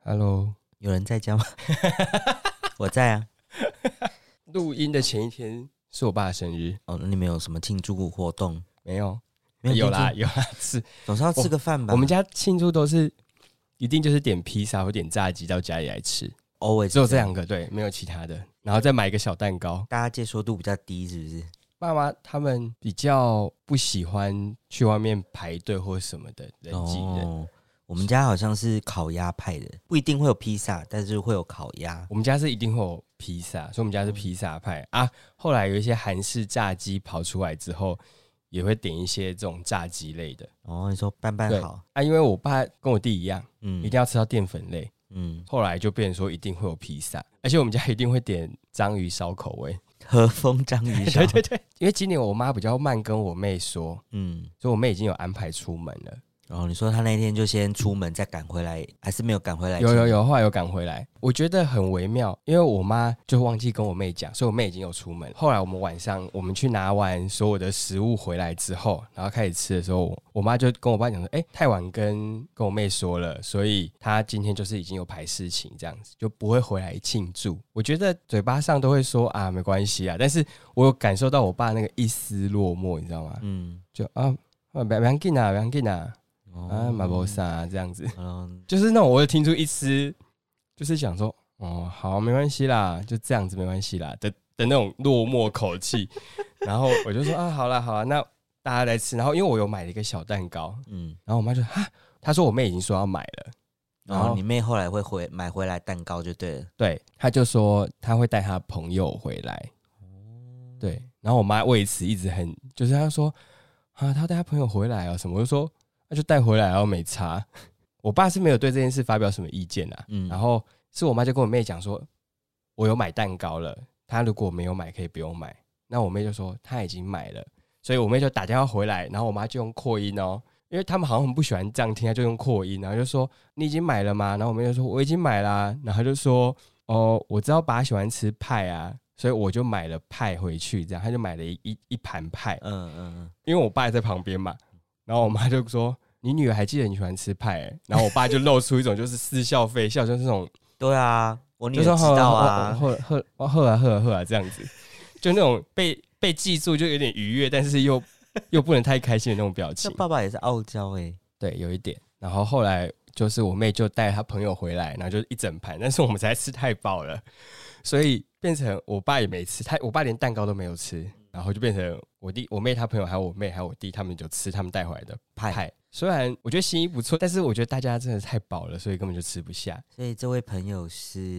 Hello，有人在家吗？ 我在啊。录音的前一天是我爸的生日，哦，那你们有什么庆祝活动？没有，没有有庆祝啦，，有啦， 是总是要吃个饭吧。我们家庆祝都是一定就是点披萨或点炸鸡到家里来吃， always 只有这，两个，对，没有其他的，然后再买一个小蛋糕。大家接受度比较低，是不是？爸妈他们比较不喜欢去外面排队或什么的人挤人，哦，我们家好像是烤鸭派的，不一定会有披萨，但是会有烤鸭。我们家是一定会有披萨，所以我们家是披萨派啊。后来有一些韩式炸鸡跑出来之后，也会点一些这种炸鸡类的哦，你说拌拌对好，啊。因为我爸跟我弟一样，嗯一定要吃到淀粉类，嗯，后来就变成说一定会有披萨，而且我们家一定会点章鱼烧口味。和风章鱼烧 对，对对，因为今年我妈比较慢跟我妹说，嗯。所以我妹已经有安排出门了。然后你说他那天就先出门，再赶回来，还是没有赶回来？有有，有，后来有赶回来，我觉得很微妙，因为我妈就忘记跟我妹讲，所以我妹已经有出门。后来我们晚上我们去拿完所有的食物回来之后，然后开始吃的时候，我我妈就跟我爸讲说：“哎、太晚跟跟我妹说了，所以她今天就是已经有排事情，这样子就不会回来庆祝。”我觉得嘴巴上都会说啊没关系啊，但是我有感受到我爸那个一丝落寞，你知道吗？嗯，就啊啊不要紧啊不要紧啊啊哦马博萨这样子。嗯，就是那种我有听出一丝，就是想说，哦，好，没关系啦，就这样子，没关系啦的的那种落寞口气。 然后我就说啊，好啦，好啦，那大家来吃。然后因为我有买了一个小蛋糕，嗯，然后我妈就啊，她说我妹已经说要买了，然然后后哦你妹后来会回买回来蛋糕就对了。对，她就说她会带她朋友回来，哦对。然后我妈为此一直很，就是她说啊，她带她朋友回来哦什么，我就说那就带回来哦，然后没差。我爸是没有对这件事发表什么意见啊，嗯，然后是我妈就跟我妹讲说，我有买蛋糕了，她如果没有买可以不用买。那我妹就说她已经买了，所以我妹就打电话回来，然后我妈就用扩音哦，因为他们好像很不喜欢这样听，她就用扩音，然啊后就说你已经买了吗？然后我妹就说我已经买啦、啊然后她就说哦，我知道爸喜欢吃派啊。所以我就买了派回去，这样她就买了一一一盘派，嗯嗯嗯，因为我爸也在旁边嘛，然后我妈就说：“你女儿还记得你喜欢吃派、欸？”然后我爸就露出一种就是似笑非笑，就是那种对啊，我女就儿说知道啊。后后后后来后来后来这样子，就那种被被记住就有点愉悦，但是又又不能太开心的那种表 这情，爸爸也是傲娇哎，对，有一点。然后后来就是我妹就带她朋友回来，然后就一整盘，但是我们实在吃太饱了，所以变成我爸也没吃，他我爸连蛋糕都没有吃，然后就变成我弟、我妹、她朋友还有我妹还有我弟他们就吃他们带回来的派。派。虽然我觉得心意不错，但是我觉得大家真的太饱了，所以根本就吃不下，所以这位朋友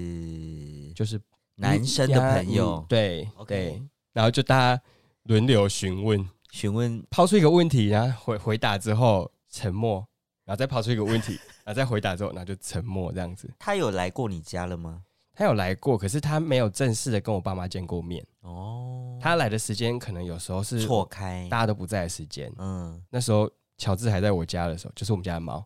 是就是男生的朋友嗯，对 OK 对，然后就大家轮流询问，询问抛出一个问题，然后回回答之后沉默，然后再抛出一个问 题，然后再回答之后，然后就沉默这样子。他有来过你家了吗？他有来过，可是他没有正式的跟我爸妈见过面。哦，他来的时间可能有时候是错开大，家都不在的时间。嗯，那时候乔治还在我家的时候，就是我们家的猫，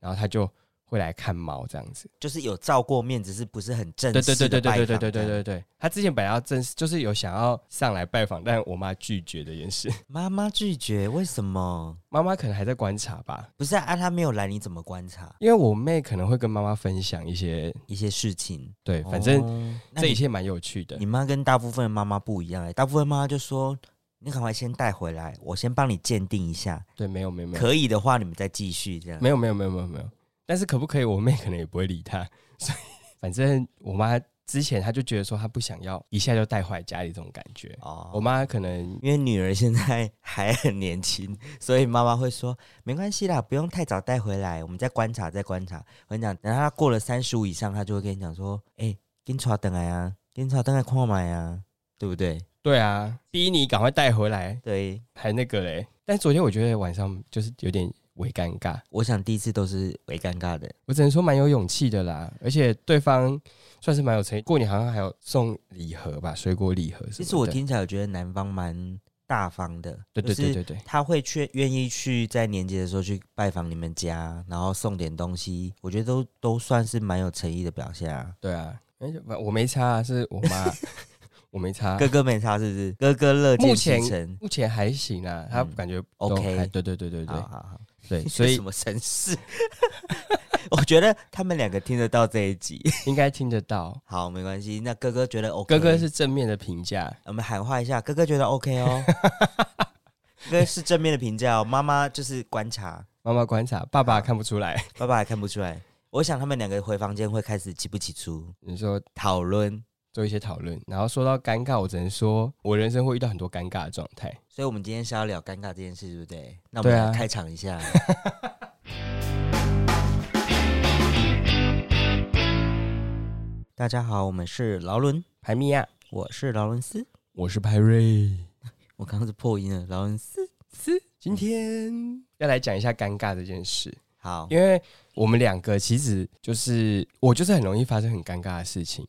然后他就会来看猫这样子。就是有照过面，只是不是很正对对对式的对拜对访对对对对这样对对，他之前本来要正式，就是有想要上来拜访，但我妈拒绝这件事。妈妈拒绝，为什么？ 妈妈可能还在观察吧，不是啊，啊他没有来，你怎么观察因为我妹可能会跟妈妈分享一些，一些事情？对，反正哦那这一你切蛮有趣的你。妈跟大部分的妈妈不一样哎，大部分妈妈就说。你赶快先带回来，我先帮你鉴定一下，对，没有没有没有可以的话你们再继续这样。没有没有没有没有没有，但是可不可以？我妹可能也不会理她，所以反正我妈之前她就觉得说她不想要一下就带回来家里这种感觉。哦我妈可能因为女儿现在还很年轻，所以妈妈会说 没关系啦，不用太早带回来，我们再观察，再观察。我跟你讲，等她过了三十五以上，她就会跟你讲说，哎、跟你等来啊，跟你等来看买啊，对不对？对啊，逼你赶快带回来，对，还那个嘞。但昨天我觉得晚上就是有点微尴尬，我想第一次都是为尴尬的，我只能说蛮有勇气的啦，而且对方算是蛮有诚意。过年好像还有送礼盒吧，水果礼盒什么的。其实我听起来我觉得男方蛮大方的，对对对就是对对，他会去愿意去在年节的时候去拜访你们家，然后送点东西，我觉得都都算是蛮有诚意的表现啊。对啊，哎我没差啊，是我妈，我没差。 哥哥没差是不是？哥哥乐见啊目其前成。目前还行啊，他嗯感觉都 OK 还对对对对好 对好好，对，所以什么城市？ 我觉得他们两个听得到这一集， 应该听得到。好，没关系。那哥哥觉得 OK，哥哥是正面的评价，我们喊话一下，哥哥觉得 OK 哦。哥哥是正面的评价哦，妈妈就是观察，妈妈观察，爸爸看不出来。爸爸还看不出来。我想他们两个回房间会开始记不起出你说讨论，做一些讨论，然后说到尴尬，我只能说我人生会遇到很多尴尬的状态。所以我们今天是要聊尴尬这件事，对不对？那我对们啊来开场 一下。大家好，我们是劳伦，排啊米亚，我是劳伦斯，我是派瑞。我刚刚是破音了，劳伦斯。今天要来讲一下尴尬这件事，好，因为我们两个其实就是我就是很容易发生很尴尬的事情，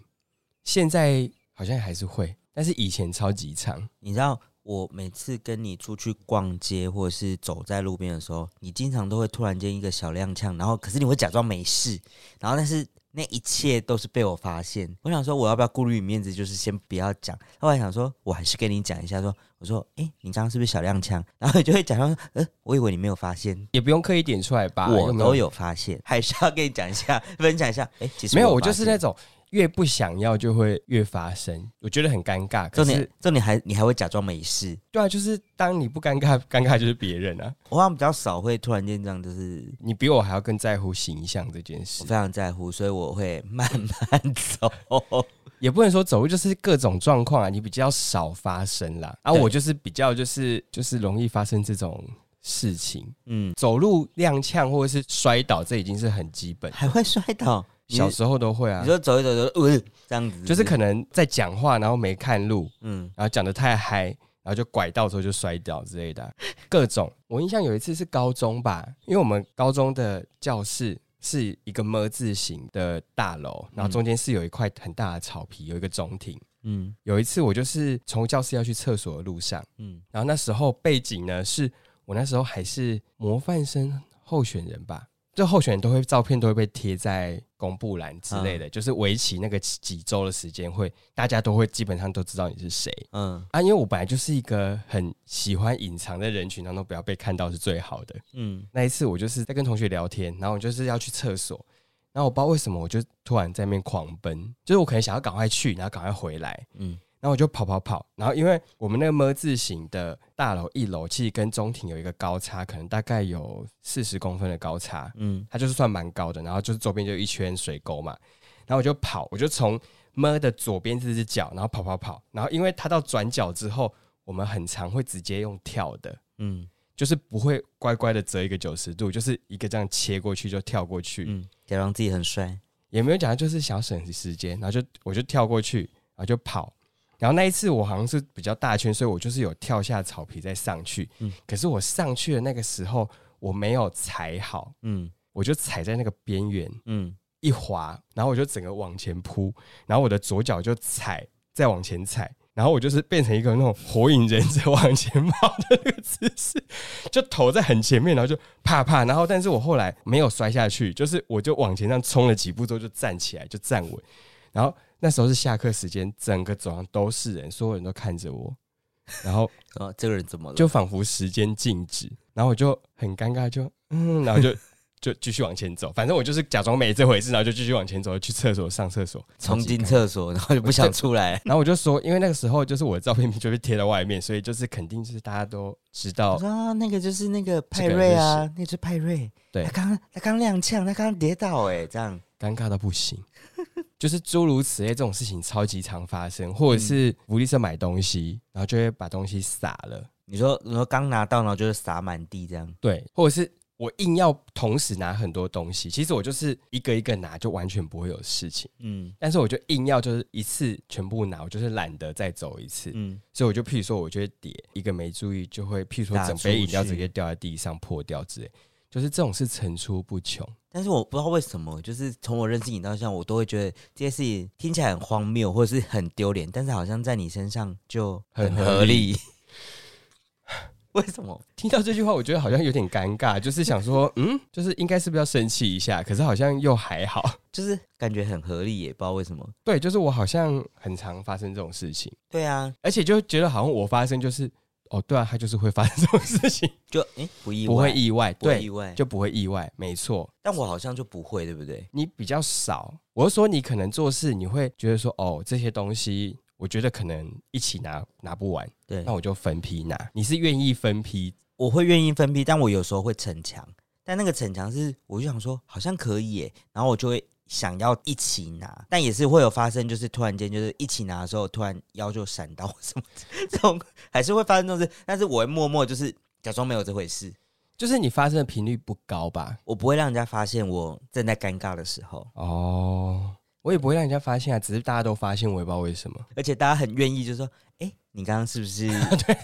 现在好像还是会，但是以前超级长。你知道我每次跟你出去逛街或者是走在路边的时候，你经常都会突然间一个小踉跄，然后可是你会假装没事，然后但是那一切都是被我发现。我想说我要不要顾虑你面子，就是先不要讲。后来想说我还是跟你讲一下说我说诶，你刚刚是不是小踉跄？ 然后你就会假装呃，我以为你没有发现。也不用刻意点出来吧，我啊没都有发现，还是要跟你讲一下，分享一下。诶，其实没有，我发就是现那种越不想要就会越发生，我觉得很尴尬。可重是点，重点还你还会假装没事，对啊，就是当你不尴尬，尴尬就是别人啊。我好像比较少会突然间这样，就是你比我还要更在乎形象这件事我，非常在乎，所以我会慢慢走。也不能说走路就是各种状况啊，你比较少发生啦。啊，对我就是比较就是就是容易发生这种事情， 嗯，走路踉跄或者是摔倒，这已经是很基本，还会摔倒。你小时候都会啊你。说走一走走，呃，这样子就是可能在讲话，然后没看路，嗯，然后讲的太嗨，然后就拐到之后就摔倒之类的 啊，各种。我印象有一次是高中吧，因为我们高中的教室是一个么字形的大楼，然后中间是有一块很大的草皮，有一个中庭。嗯有一次我就是从教室要去厕所的路上，嗯然后那时候背景呢是我那时候还是模范生候选人吧。就候选人都会照片都会被贴在公布栏之类的，就是为期那个几几周的时间会，大家都会基本上都知道你是谁。嗯啊，因为我本来就是一个很喜欢隐藏在人群当中不要被看到是最好的。嗯，那一次我就是在跟同学聊天，然后我就是要去厕所，然后我不知道为什么我就突然在那边狂奔，就是我可能想要赶快去，然后赶快回来，嗯然后我就跑跑跑，然后因为我们那个么字形的大楼一楼其实跟中庭有一个高差，可能大概有四十公分的高差，嗯它就是算蛮高的，然后就是周边就一圈水沟嘛，然后我就跑，我就从么的左边这只脚，然后跑跑跑，然后因为它到转角之后，我们很常会直接用跳的，嗯就是不会乖乖的折一个九十度，就是一个这样切过去就跳过去，嗯，假装自己很帅。也没有讲，就是想省时间，然后就我就跳过去，然后就跑。然后那一次我好像是比较大圈，所以我就是有跳下草皮再上去。嗯可是我上去的那个时候，我没有踩好，嗯我就踩在那个边缘，嗯一滑，然后我就整个往前扑，然后我的左脚就踩，再往前踩，然后我就是变成一个那种火影忍者 往前跑的那个姿势，就头在很前面，然后就啪啪，然后但是我后来没有摔下去，就是我就往前这样冲了几步之后就站起来，就站稳，然后那时候是下课时间，整个走廊都是人，所有人都看着我，然后哦，这个人怎么了？就仿佛时间静止，然后我就很尴尬就，嗯，然后 就就继续往前走，反正我就是假装没这回事，然后就继续往前走，去厕所上厕所， 冲超级进尴尬。厕所，然后就不想出来。然后我就说，因为那个时候就是我的照片就被贴在外面，所以就是肯定是大家都知我道说，啊，那个就是那个派瑞啊，那个就是派瑞。对他刚他刚踉跄，他刚跌倒，哎，这样。尴尬到不行，就是诸如此类这种事情超级常发生，或嗯者是福利社买东西，然后就会把东西撒了，你说你说刚拿到，然后就是撒满地这样。对，或者是我硬要同时拿很多东西，其实我就是一个一个拿，就完全不会有事情。嗯但是我就硬要就是一次全部拿，我就是懒得再走一次，嗯所以我就譬如说，我就会叠一个没注意，就会譬如说打整杯饮料出去直接掉在地上破掉之类，就是这种事层出不穷。但是我不知道为什么，就是从我认识你到现在，我都会觉得这些事情听起来很荒谬，或者是很丢脸，但是好像在你身上就很很合合理。 为什么？听到这句话，我觉得好像有点尴尬，就是想 说，嗯，就是应该是不是要生气一下？可是好像又还好。就是感觉很合理耶，不知道为什么。对，就是我好像很常发生这种事情，对啊，而且就觉得好像我发生就是哦，对啊，他就是会发生这种事情，就哎、诶不意外，不会意外，不会对意，外。就不会意外，没错。但我好像就不会，对不对？你比较少，我是说你可能做事你会觉得说，哦，这些东西我觉得可能一起拿拿不完，对那，我就分批拿。你是愿意分批我会愿意分批，但我有时候会逞强。但那个逞强是，我就想说好像可以耶，然后我就会想要一起拿，但也是会有发生，就是突然间就是一起拿的时候，突然腰就闪到什么 这种，还是会发生这种事。但是我会默默就是假装没有这回事，就是你发生的频率不高吧？我不会让人家发现我正在尴尬的时候，哦，我也不会让人家发现啊，只是大家都发现，我也不知道为什么。而且大家很愿意就说：“哎、你刚刚是 不是？”对，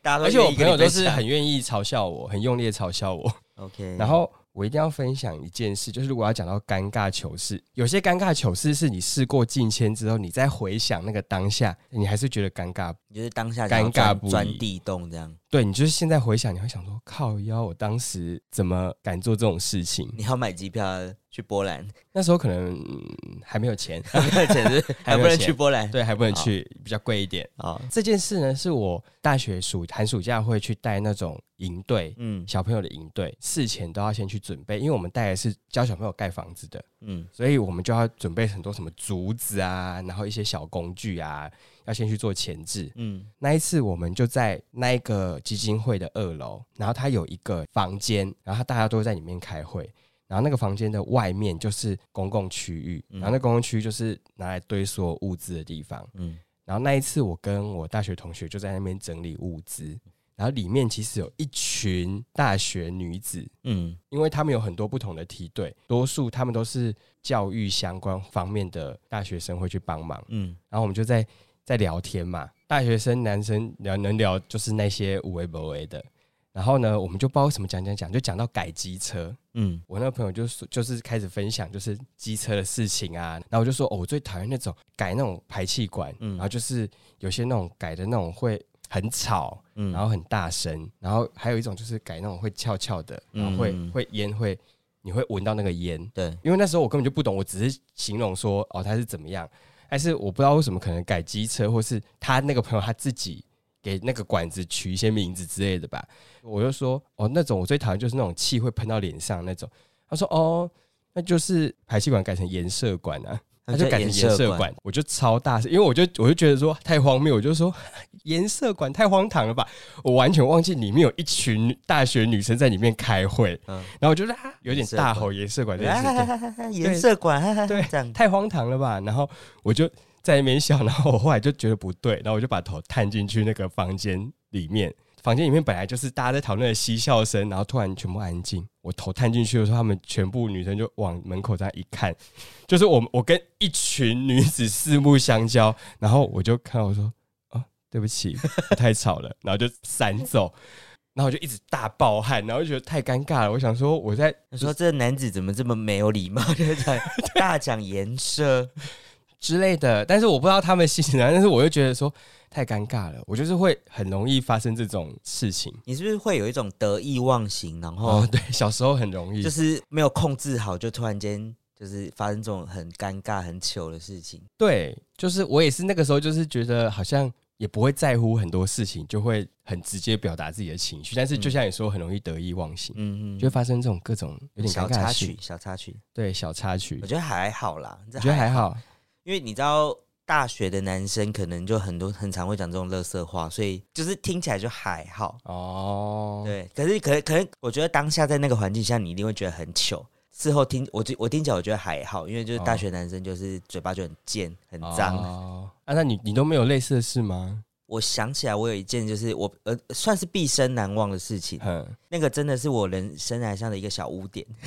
大家都而且我愿意朋跟你友都分是享很愿意嘲笑我，很用力的嘲笑我。 OK，然后我一定要分享一件事，就是如果要讲到尴尬糗事，有些尴尬糗事是你事过境迁之后，你再回想那个当下，你还是觉得尴尬。你就是当下尴尬想要不钻已钻地洞这样，对你就是现在回想，你会想说靠腰，我当时怎么敢做这种事情？你要买机票去波兰，那时候可能、嗯还没有钱，简直还不能去波兰。对，还不能去，比较贵一点。啊，这件事呢，是我大学暑寒暑假会去带那种营队，嗯小朋友的营队，事前都要先去准备，因为我们带的是教小朋友盖房子的，嗯，所以我们就要准备很多什么竹子啊，然后一些小工具啊，要先去做前置。嗯，那一次我们就在那一个基金会的二楼，然后它有一个房间，然后它大家都在里面开会。然后那个房间的外面就是公共区域，嗯然后那公共区域就是拿来堆所有物资的地方。嗯，然后那一次，我跟我大学同学就在那边整理物资，然后里面其实有一群大学女子，嗯，因为她们有很多不同的梯队，多数她们都是教育相关方面的大学生会去帮忙。嗯，然后我们就在在聊天嘛，大学生男生聊能聊就是那些无为不为的。然后呢，我们就不知道怎么讲讲讲，就讲到改机车。嗯，我那个朋友就说，就是开始分享就是机车的事情啊，然后我就说，哦，我最讨厌那种改那种排气管，嗯然后就是有些那种改的那种会很吵，嗯，然后很大声，然后还有一种就是改那种会翘翘的，然后会、嗯会烟会，你会闻到那个烟，对，因为那时候我根本就不懂，我只是形容说哦他是怎么样，但是我不知道为什么可能改机车，或是他那个朋友他自己给那个管子取一些名字之类的吧。我就说哦那种我最讨厌就是那种气会喷到脸上那种。他说哦那就是排气管改成颜色管啊，他就改成颜色管，管，我就超大声，因为我就我就觉得说太荒谬，我就说颜色管太荒唐了吧，我完全忘记里面有一群大学女生在里面开会，嗯，然后我就啊有点颜色大管吼颜色管这件事情。管， 颜色管，哈哈哈对 这样，太荒唐了吧？然后我就在那边笑，然后我后来就觉得不对，然后我就把头探进去那个房间里面。房间里面本来就是大家在讨论的嬉笑声，然后突然全部安静。我头探进去的时候，他们全部女生就往门口这样一看，就是我我跟一群女子四目相交，然后我就看到我说啊，对不起，太吵了， 然后就闪走。然后我就一直大暴汗，然后就觉得太尴尬了。我想说我在他说这男子怎么这么没有礼貌？ 就这样大讲颜色，之类的，但是我不知道他们心情啊，但是我又觉得说太尴尬了，我就是会很容易发生这种事情。你是不是会有一种得意忘形，然后哦，对，小时候很容易，就是没有控制好，就突然间就是发生这种很尴尬、很糗的事情？对，就是我也是那个时候，就是觉得好像也不会在乎很多事情，就会很直接表达自己的情绪。但是就像你说，很容易得意忘形，嗯就会发生这种各种有点尴小尬插的事曲，。小插曲，对，小插曲我，觉得还好啦，我这觉得还好。因为你知道大学的男生可能就很多很常会讲这种乐色话，所以就是听起来就还好。哦，对，可是可可能我觉得当下在那个环境下，你一定会觉得很糗。事后听我就我听起来我觉得还好，因为就是大学男生就是嘴巴就很贱很脏。哦啊，那你你都没有类似的事 吗？我想起来我有一件就是我呃算是毕生难忘的事情，哼，那个真的是我人生涯上的一个小污点。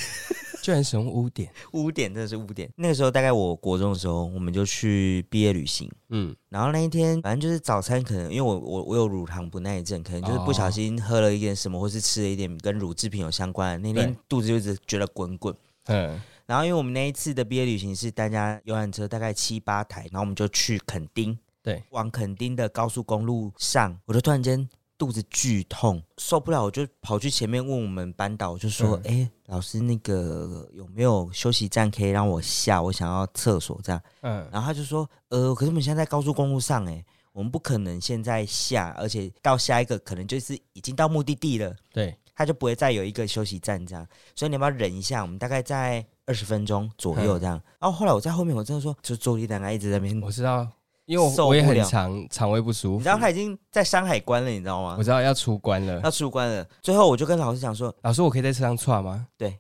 居然什么污点？污点真的是污点。那个时候大概我国中的时候，我们就去毕业旅行，嗯，然后那一天反正就是早餐，可能因为我我我有乳糖不耐症，可能就是哦不小心喝了一点什么，或是吃了一点跟乳制品有相关的，那天对肚子就一直觉得滚滚。哼，然后因为我们那一次的毕业旅行是大家游览车大概七八台，然后我们就去垦丁，对，往垦丁的高速公路上，我就突然间肚子剧痛，受不了，我就跑去前面问我们班导，我就说嗯：“哎、老师，那个有没有休息站可以让我下？我想要厕所这样。”嗯，啊然后他就说：“呃，可是我们现在在高速公路上、诶。哎。”我们不可能现在下，而且到下一个可能就是已经到目的地了，对，它就不会再有一个休息站这样。所以你要不要忍一下？我们大概在二十分钟左右这样。然后后来我在后面，我真的说，就坐立难安，一直在那边。嗯我知道，因为受我我也不很了常肠胃不舒嗯你服知，道他已经在山海关了，你知道吗呃我？知道要出关了。要出关了。最后我就跟老师讲说，老师，我可以在车上串吗？对，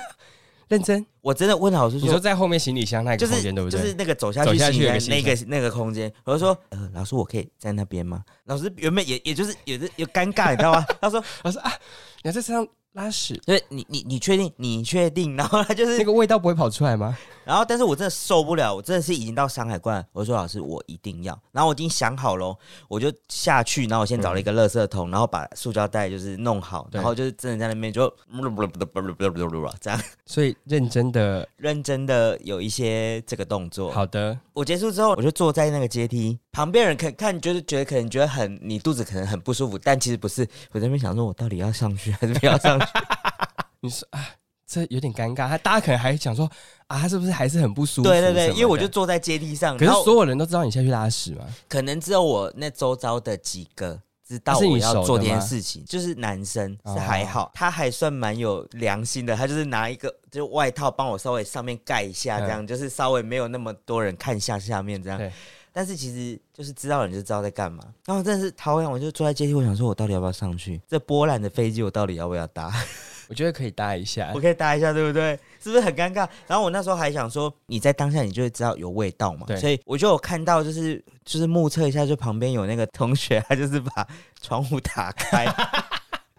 认真。我真的问老师你说说，在后面行李箱那就个是空间，对不就是对？那个走下走去下去行有人个那行个那个空间，我就说，呃，老师，我可以在那边吗？老师原本也也就是也是有尴尬，你知道吗？他说，老师啊，你要在车上拉屎，对你你你确定？你确定？然后他就那是，个味道不会跑出来吗？然后但是我真的受不了，我真的是已经到山海关了。我说老师，我一定要。然后我已经想好了，我就下去，然后我先找了一个垃圾桶，然后把塑胶袋就是弄好，对然后就是真的在那边就这样所以认真的，认真的有一些这个动作。好的，我结束之后，我就坐在那个阶梯旁边，人看看觉得觉得可能觉得很你肚子可能很不舒服，但其实不是。我在那边想说，我到底要上去还是不要上 去？你说啊，这有点尴尬。他大家可能还想说啊，他是不是还是很不舒服？对对对什么，的因为我就坐在阶梯上，可是然后所有人都知道你下去拉屎嘛，可能只有我那周遭的几个知道啊是你我要熟做的这件吗事情，就是男生哦是还好，他还算蛮有良心的，他就是拿一个就外套帮我稍微上面盖一下，这样、就是稍微没有那么多人看下下面这样嗯对。但是其实就是知道的人就知道在干嘛。然后但是陶阳，我就坐在阶梯，我想说我到底要不要上去？这波兰的飞机我到底要不要搭？我觉得可以搭一下我。可以搭一下，对不对？是不是很尴尬？然后我那时候还想说，你在当下你就会知道有味道嘛，对所以我就有看到，就是就是目测一下，就旁边有那个同学，他就是把窗户打开。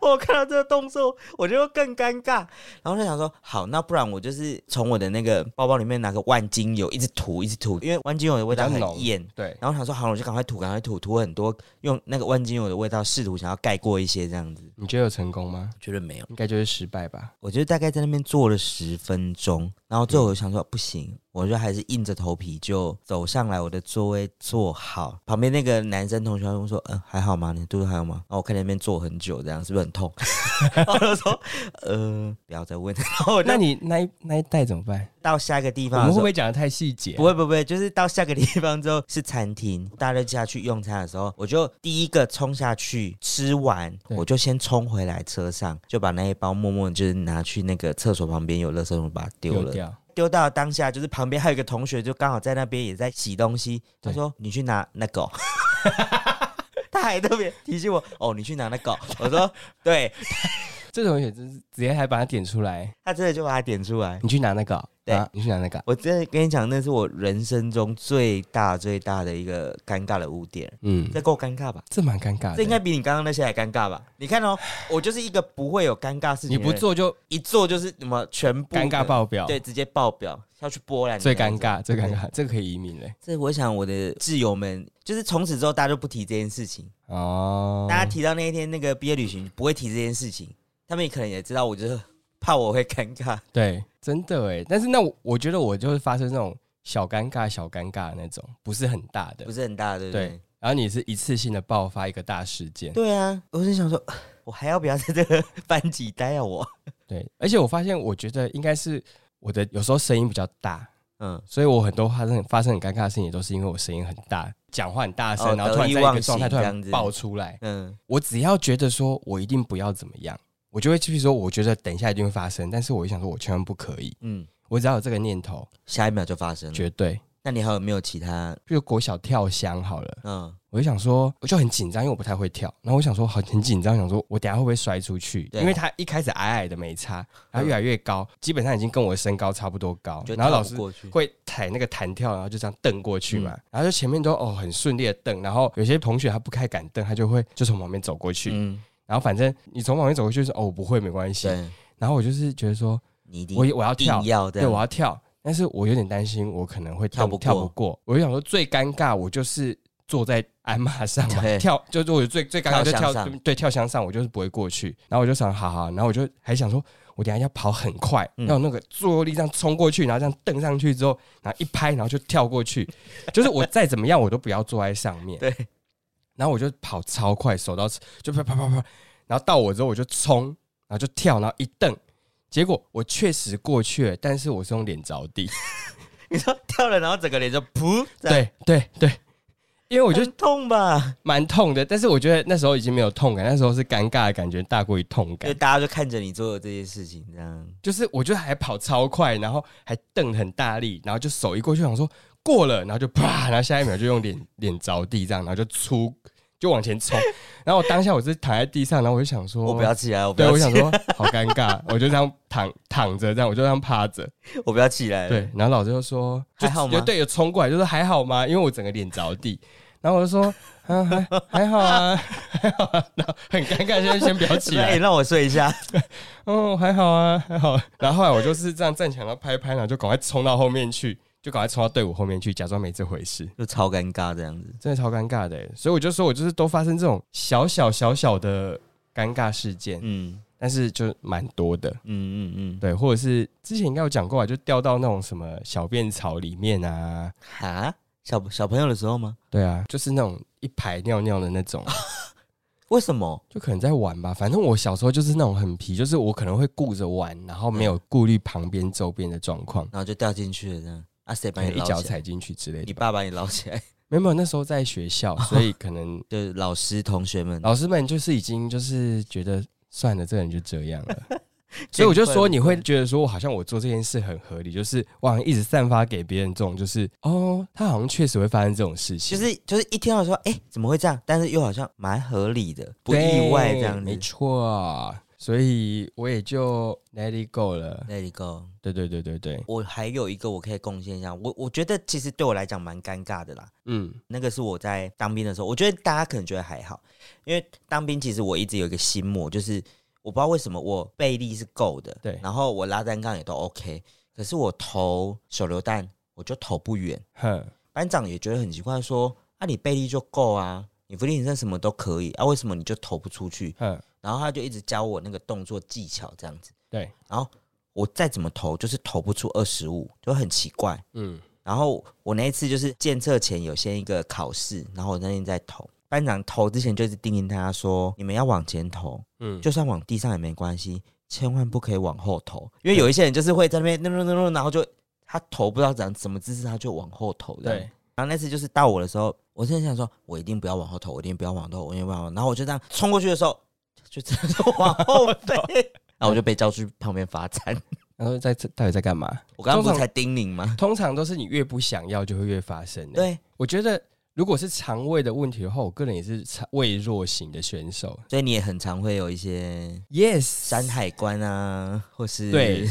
我看到这个动作，我就更尴尬，然后就想说，好，那不然我就是从我的那个包包里面拿个万金油，一直涂，一直涂，因为万金油的味道比很较浓艳，对，然后想说，好，我就赶快涂，赶快涂，涂很多，用那个万金油的味道试图想要盖过一些这样子，你觉得有成功吗？觉得没有。应该就是失败吧。我就大概在那边坐了十分钟，然后嗯最后我想说不行，我就还是硬着头皮就走上来我的座位坐好。旁边那个男生同学问说：“嗯、还好吗？你肚子还好吗？”然哦后我看你那边坐很久，这样是不是很痛？ 然后我就说：“呃，不要再问。” 然后我就那你那一那一带怎么办？到下一个地我方们会的时不候。会讲的太细节不？会不会，就是到下个地方之后是餐厅，大家下去用餐的时候，我就第一个冲下去吃完，对我就先冲回来车上，就把那一包默默就是拿去那个厕所旁边有垃圾桶把它丢了，掉。丢到当下就是旁边还有一个同学就刚好在那边也在洗东西，他对说你去拿那个哦。 他还特别提醒我哦，你去拿那个哦。 我说对，这种也就是直接还把它点出来，他真的就把它点出来。你去拿那个哦，对啊，你去拿那个哦，我真的跟你讲，那是我人生中最大最大的一个尴尬的污点。嗯，这够尴尬吧？这蛮尴尬这应该的。比你刚刚那些还尴尬吧？你看哦，我就是一个不会有尴尬事情你的人，不做就一做就是什么全部尴尬爆爆表，对，直接爆表，要去波兰，最尴。尬，最尴对尬，这个可以移民嘞。这我想我的挚友们，就是从此之后大家就不提这件事情，哦，大家提到那一天那个毕业旅行不会提这件事情，他们也可能也知道，我就是怕我会尴尬。对，真的哎。但是那我我觉得我就是发生那种小尴尬、小尴尬的那种，不是很大的不。是很大，对不对？对然后你是一次性的爆发一个大事件，对啊，我是想说， 我还要不要在这个班级待啊？我， 对。而且我发现，我觉得应该是我的有时候声音比较大，嗯，所以我很多发生发生很尴尬的事情，也都是因为我声音很大，讲话很大声，哦然后突然得意在一忘个状态形突这样然子爆出来。嗯，我只要觉得说我一定不要怎么样，我就会继续说，我觉得等一下一定会发生，但是我就想说，我千万不可以。嗯，我只要有这个念头，下一秒就发生了。绝对。那你还有没有其他？比如国小跳箱好了，嗯，我就想说，我就很紧张，因为我不太会跳。然后我想说，好，很紧张，想说我等一下会不会摔出去？对啊因为他一开始矮矮的没差，然后越来越高，基本上已经跟我的身高差不多高。就然后跳老不师过嗯去，会踩那个弹跳，然后就这样蹬过去嘛。然后就前面都哦很顺利的蹬，然后有些同学他不太敢蹬，他就会就从旁边走过去。嗯，然后反正你从旁边走过去就是哦我不会没关系。对，然后我就是觉得说你一定我我要一跳定，要的，对，我 要跳，但是我有点担心，我可能会跳跳不不过跳不过。我就想说，最尴尬，我就是坐在鞍马上嘛对，跳就是我最最尴尬就跳跳箱上对跳箱上，我就是不会过去。然后我就想，好好，然后我就还想说，我等一下要跑很快，嗯要有那个坐力这样冲过去，然后这样蹬上去之后，然后一拍，然后就跳过去。 就是我再怎么样，我都不要坐在上面。对，然后我就跑超快，手到就啪啪啪啪，然后到我之后我就冲，然后就跳，然后一蹬。结果我确实过去了，但是我 是用脸着地，你说跳了，然后整个脸就噗，这样对对对，因为我我觉觉得得痛吧，蛮痛的，但是我觉得那时候已经没有痛感，那时候是尴尬的感觉大过于痛就感。大家就看着你做这些事情，这样就是我觉得还跑超快，然后还蹬很大力，然后就手一过去想说过了，然后就啪，然后下一秒就用脸脸着地这样，然后就出就往前冲。然后我当下我是躺在地上， 然后我就想说，我不要起来，我不对，要我想起，说好尴尬，我就这样躺躺着，这样我就这样趴着。我不要起 来，对，，然后老师就说就还好吗有对，有冲过来就说还好吗？因为我整个脸着地，然后我就说 啊还还好啊， 还好啊，然后很尴尬，先先不要起哎、来，让我睡一下， 嗯，还好啊，还好。 然后后来我就是这样站起来，然后拍一拍，然后就赶快冲到后面去，就赶快冲到队伍后面去，假装没这回事。就超尴尬这样子。真的超尴尬的欸，所以我就说我就是都发生这种小小小小的尴尬事件，嗯但是就蛮多的。嗯嗯嗯，对，或者是之前应该有讲过啊，就掉到那种什么小便槽里面啊，哈，小小朋友的时候吗？对啊，就是那种一排尿尿的那种，为什么？就可能在玩吧。反正我小时候就是那种很皮，就是我可能会顾着玩，然后没有顾虑旁边周边的状况，然后就掉进去了这样。啊，谁把可能你一捞脚起来？踩进去之类你的。爸把你捞起来， 没有没有，那时候在学哦校，所以可 能就是老师同学们。老师们就是已经就是觉得算了，这个人就这样了。 所以我就说，你会觉得说我好像我做这件事很合理，就是我好像一直散发给别人这种，就是哦，他好像确实会发生这种事就情，是就是一听到说，哎、怎么会这样？但是又好像蛮合理的，不对意外这样没子。错。所以我也就 let it go 了。 Let it go。对对对对对，我还有一个我可以贡献一下，我我觉得其实对我来讲蛮尴尬的啦。嗯，那个是我在当兵的时候，我觉得大家可能觉得还好，因为当兵其实我一直有一个心魔，就是我不知道为什么我背力是够的，对然后我拉单杠也都 OK，可是我投手榴弹我就投不远，哼，班长也觉得很奇怪说啊你背力就够啊，你伏地挺身什么都可以啊，为什么你就投不出去？哼，然后他就一直教我那个动作技巧这样子，对，然后我再怎么投就是投不出二十五，就很奇怪。嗯，然后我那一次就是检测前有先一个考试，然后我那天在投，班长投之前就是叮咛大家说，你们要往前投，嗯，就算往地上也没关系，千万不可以往后投，因为有一些人就是会在那边 no no no no，然后就他投不知道怎什么姿势，他就往后投这样对，然后那次就是到我的时候，我真的想说，我一定不要往后投，我一定不要往后投，我一定不要往后投。然后我就这样冲过去的时候，就真的是往后 飞，然后我就被叫去旁边罚站。然后在这到底在干嘛？我刚刚不通是常才叮 咛吗？通常都是你越不想要，就会越发生的。，对，我觉得如果是肠胃的问题的话，我个人也是肠胃弱型的选手。所以你也很常会有一些 Yes，山海关啊，或是对。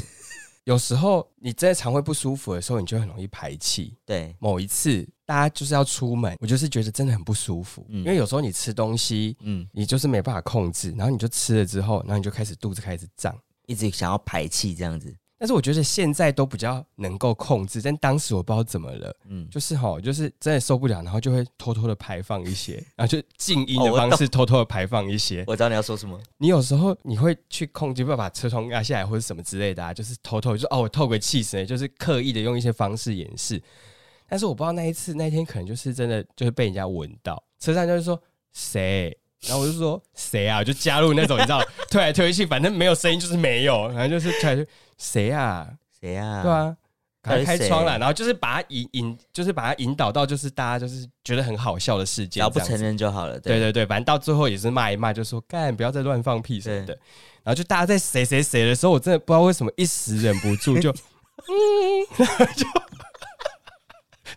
有时候你真的肠胃不舒服的时候，你就很容易排气。 对某一次大家就是要出门，我就是觉得真的很不舒服，嗯因为有时候你吃东西，嗯，你就是没办法控制，然后你就吃了之后，然后你就开始肚子开始胀。一直想要排气这样子，但是我觉得现在都比较能够控制，但当时我不知道怎么了，嗯，就是哈，就是真的受不了，然后就会偷偷的排放一些，然后就静音哦的我懂方式偷偷的排放一些。我知道你要说什么，你有时候你会去控制，不要把车窗压下来或者什么之类的啊，就是偷偷就哦，我透个气死，就是刻意的用一些方式掩饰。但是我不知道那一次那一天可能就是真的就是被人家闻到，车上就是说谁，啊然后我就说谁啊，我就加入那种你知道 推来推去，反正没有声音就是没有，然后就是推来推谁啊，谁啊？对，啊，赶快到底开谁啊窗了，然后就是把它引引，就是把它引导到就是大家就是觉得很好笑的事只件，要这不样子承认就好了，对对对，反正到最后也是骂一骂，就说干不要再乱放屁什么的。然后就大家在谁谁谁的时候，我真的不知道为什么一时忍不住就，嗯，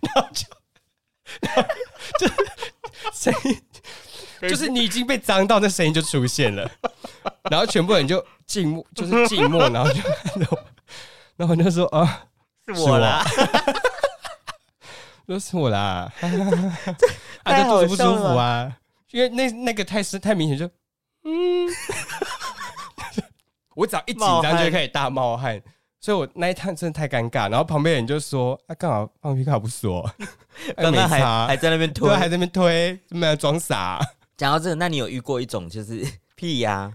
然后就，然后就，然后就声音，就是你已经被脏到，那声音就出现了。然后全部人就静默，就是静默，然后就看着我，然后我就说啊，是我啦，都是我 啦， 啊，太就肚子好不笑舒了服啊，因为那那个太是太明显，就嗯， 我只要一紧张冒汗就可以大冒汗，所以我那一趟真的太尴尬。然后旁边人就说：“啊，干嘛放屁干嘛不 说？哎刚刚没还差还在那边对推啊，。还在那边推，这么装傻。讲到这个，那你有遇过一种就是 屁 呀、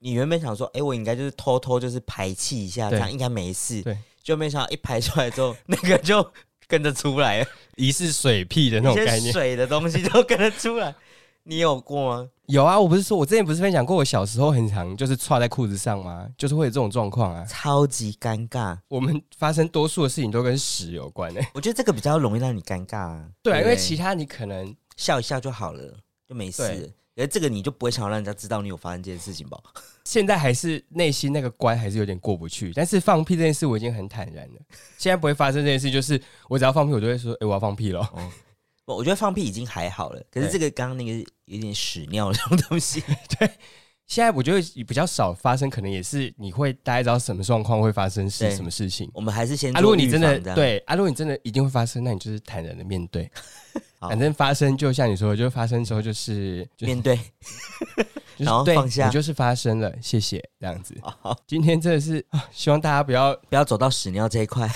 你原本想说，哎、我应该就是偷偷就是排气一下，这对样应该没事。对，就没想到一排出来之后，那个就跟着 出来了，疑似水屁的那一种概些念。水的东西都跟着出来。 你有过吗？有啊，我不是说我之前不是分享过，我小时候很常就是歘在裤子上吗？就是会有这种状况啊。超级尴尬，我们发生多数的事情都跟屎有关诶、欸我觉得这个比较容易让你尴尬、啊。对啊，因为不其他你可能笑一笑就好了，就没事对了。而这个你就不会想要让人家知道你有发生这件事情吧？现在还是内心那个关还是有点过不去，但是放屁这件事我已经很坦然了。 现在不会发生这件事，就是我只要放屁，我就会说：“哎、我要放屁了。 哦，我我觉得放屁已经还好了，可是对这个刚刚那个有点屎尿的那种东西，” 现在我觉得比较少发生，可能也是你会大概知道什么状况会发生是对什么事情。我们还是先啊，如果做你预真防的这样。对啊，如果你真的一定会发生，那你就是坦然的面对。 好反正发生，就像你说的，就发生之后就是就面对，就是然后对放下哦我就是发生了，谢谢这样子。好今天真的是啊希望大家不要，不要走到屎尿这 一块。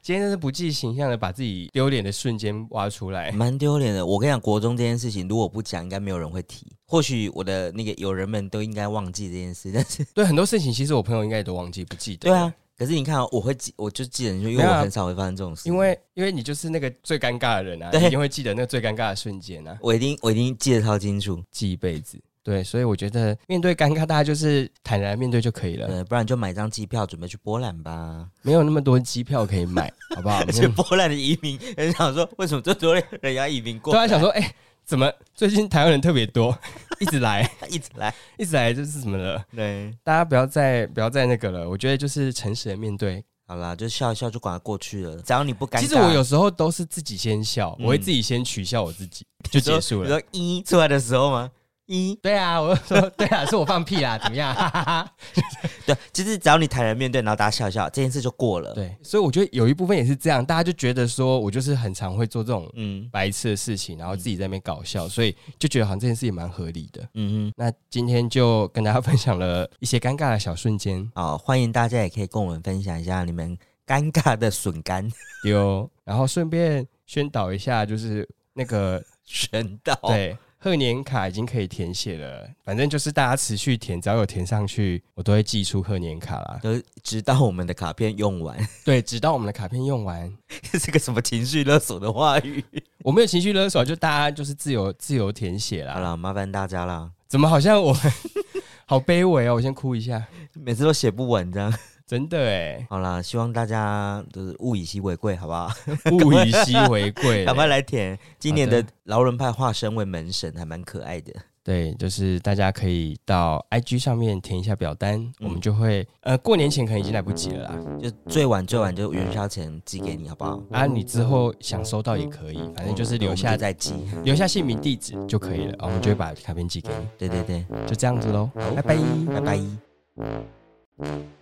今天真的是不计形象的把自己丢脸的瞬间挖出来。蛮丢脸的。我跟你讲，国中这件事情，如果不讲，应该没有人会提。或许我的那个友人们都应该忘记这件事， 但是对很多事情，其实我朋友应该也都忘记不记得。对啊，，可是你看哦、我会记，我就记得，因没为有啊我很少会发生这种事，因为因为你就是那个最尴尬的人啊，对你一定会记得那个最尴尬的瞬间啊，我一定我一定记得超清楚，记一辈子。对，所以我觉得面对尴尬，大家就是坦然面对就可以了，呃，不然就买张机票准备去波兰 吧。没有那么多机票可以买，好 不好？嗯而且波兰的移民很想说，为什么这么多人要移民过突来？然想说，哎、怎么最近台湾人特别多， 一直来，他一直来，一直来，这是怎么了？对，大家不要再不要再那个了，我觉得就是诚实的面对。好啦，就笑一笑就管它过去了，只要你不尴尬。其实我有时候都是自己先笑，嗯我会自己先取笑我自己，就结束你了。说一出来的时候吗？一对啊，我就说对啊，是我放屁啦， 怎么样？哈哈哈。对，其实只要你坦然面对，然后大家笑一笑，这件事就过了。，对，所以我觉得有一部分也是这样，大家就觉得说我就是很常会做这种嗯白痴的事情，然后自己在那边搞笑，所以就觉得好像这件事也蛮合理的。嗯那今天就跟大家分享了一些尴尬的小瞬间，哼，好，欢迎大家也可以跟我们分享一下你们尴尬的笋干有，然后顺便宣导一下，就是那个选到。，对，贺年卡已经可以填写了，反正就是大家持续填，只要有填上去，我都会寄出贺年卡啦。就是直到我们的卡片用完， 对，直到我们的卡片用完，这是个什么情绪勒索的话语？我没有情绪勒索，就大家就是自由 自由填写好啦。了，麻烦大家啦，怎么好像我 好卑微哦？我先哭一下，每次都写不完这样。真的 哎，好啦，希望大家就是物以稀为贵，好不好？物以稀为贵赶嘞。快来填。今年好的的劳伦派化身为门神，还蛮可爱的。对，就是大家可以到 IG 上面填一下表单，我们嗯就会呃过年前可能已经来不及了啦。就最晚最晚就元宵前寄给你，好不好？啊，你之后想收到也可以，反正就是留我下们就再寄。留下姓名地址就可以了，啊我们就会把卡片寄给你。对对对，就这样子喽，拜拜拜。拜拜。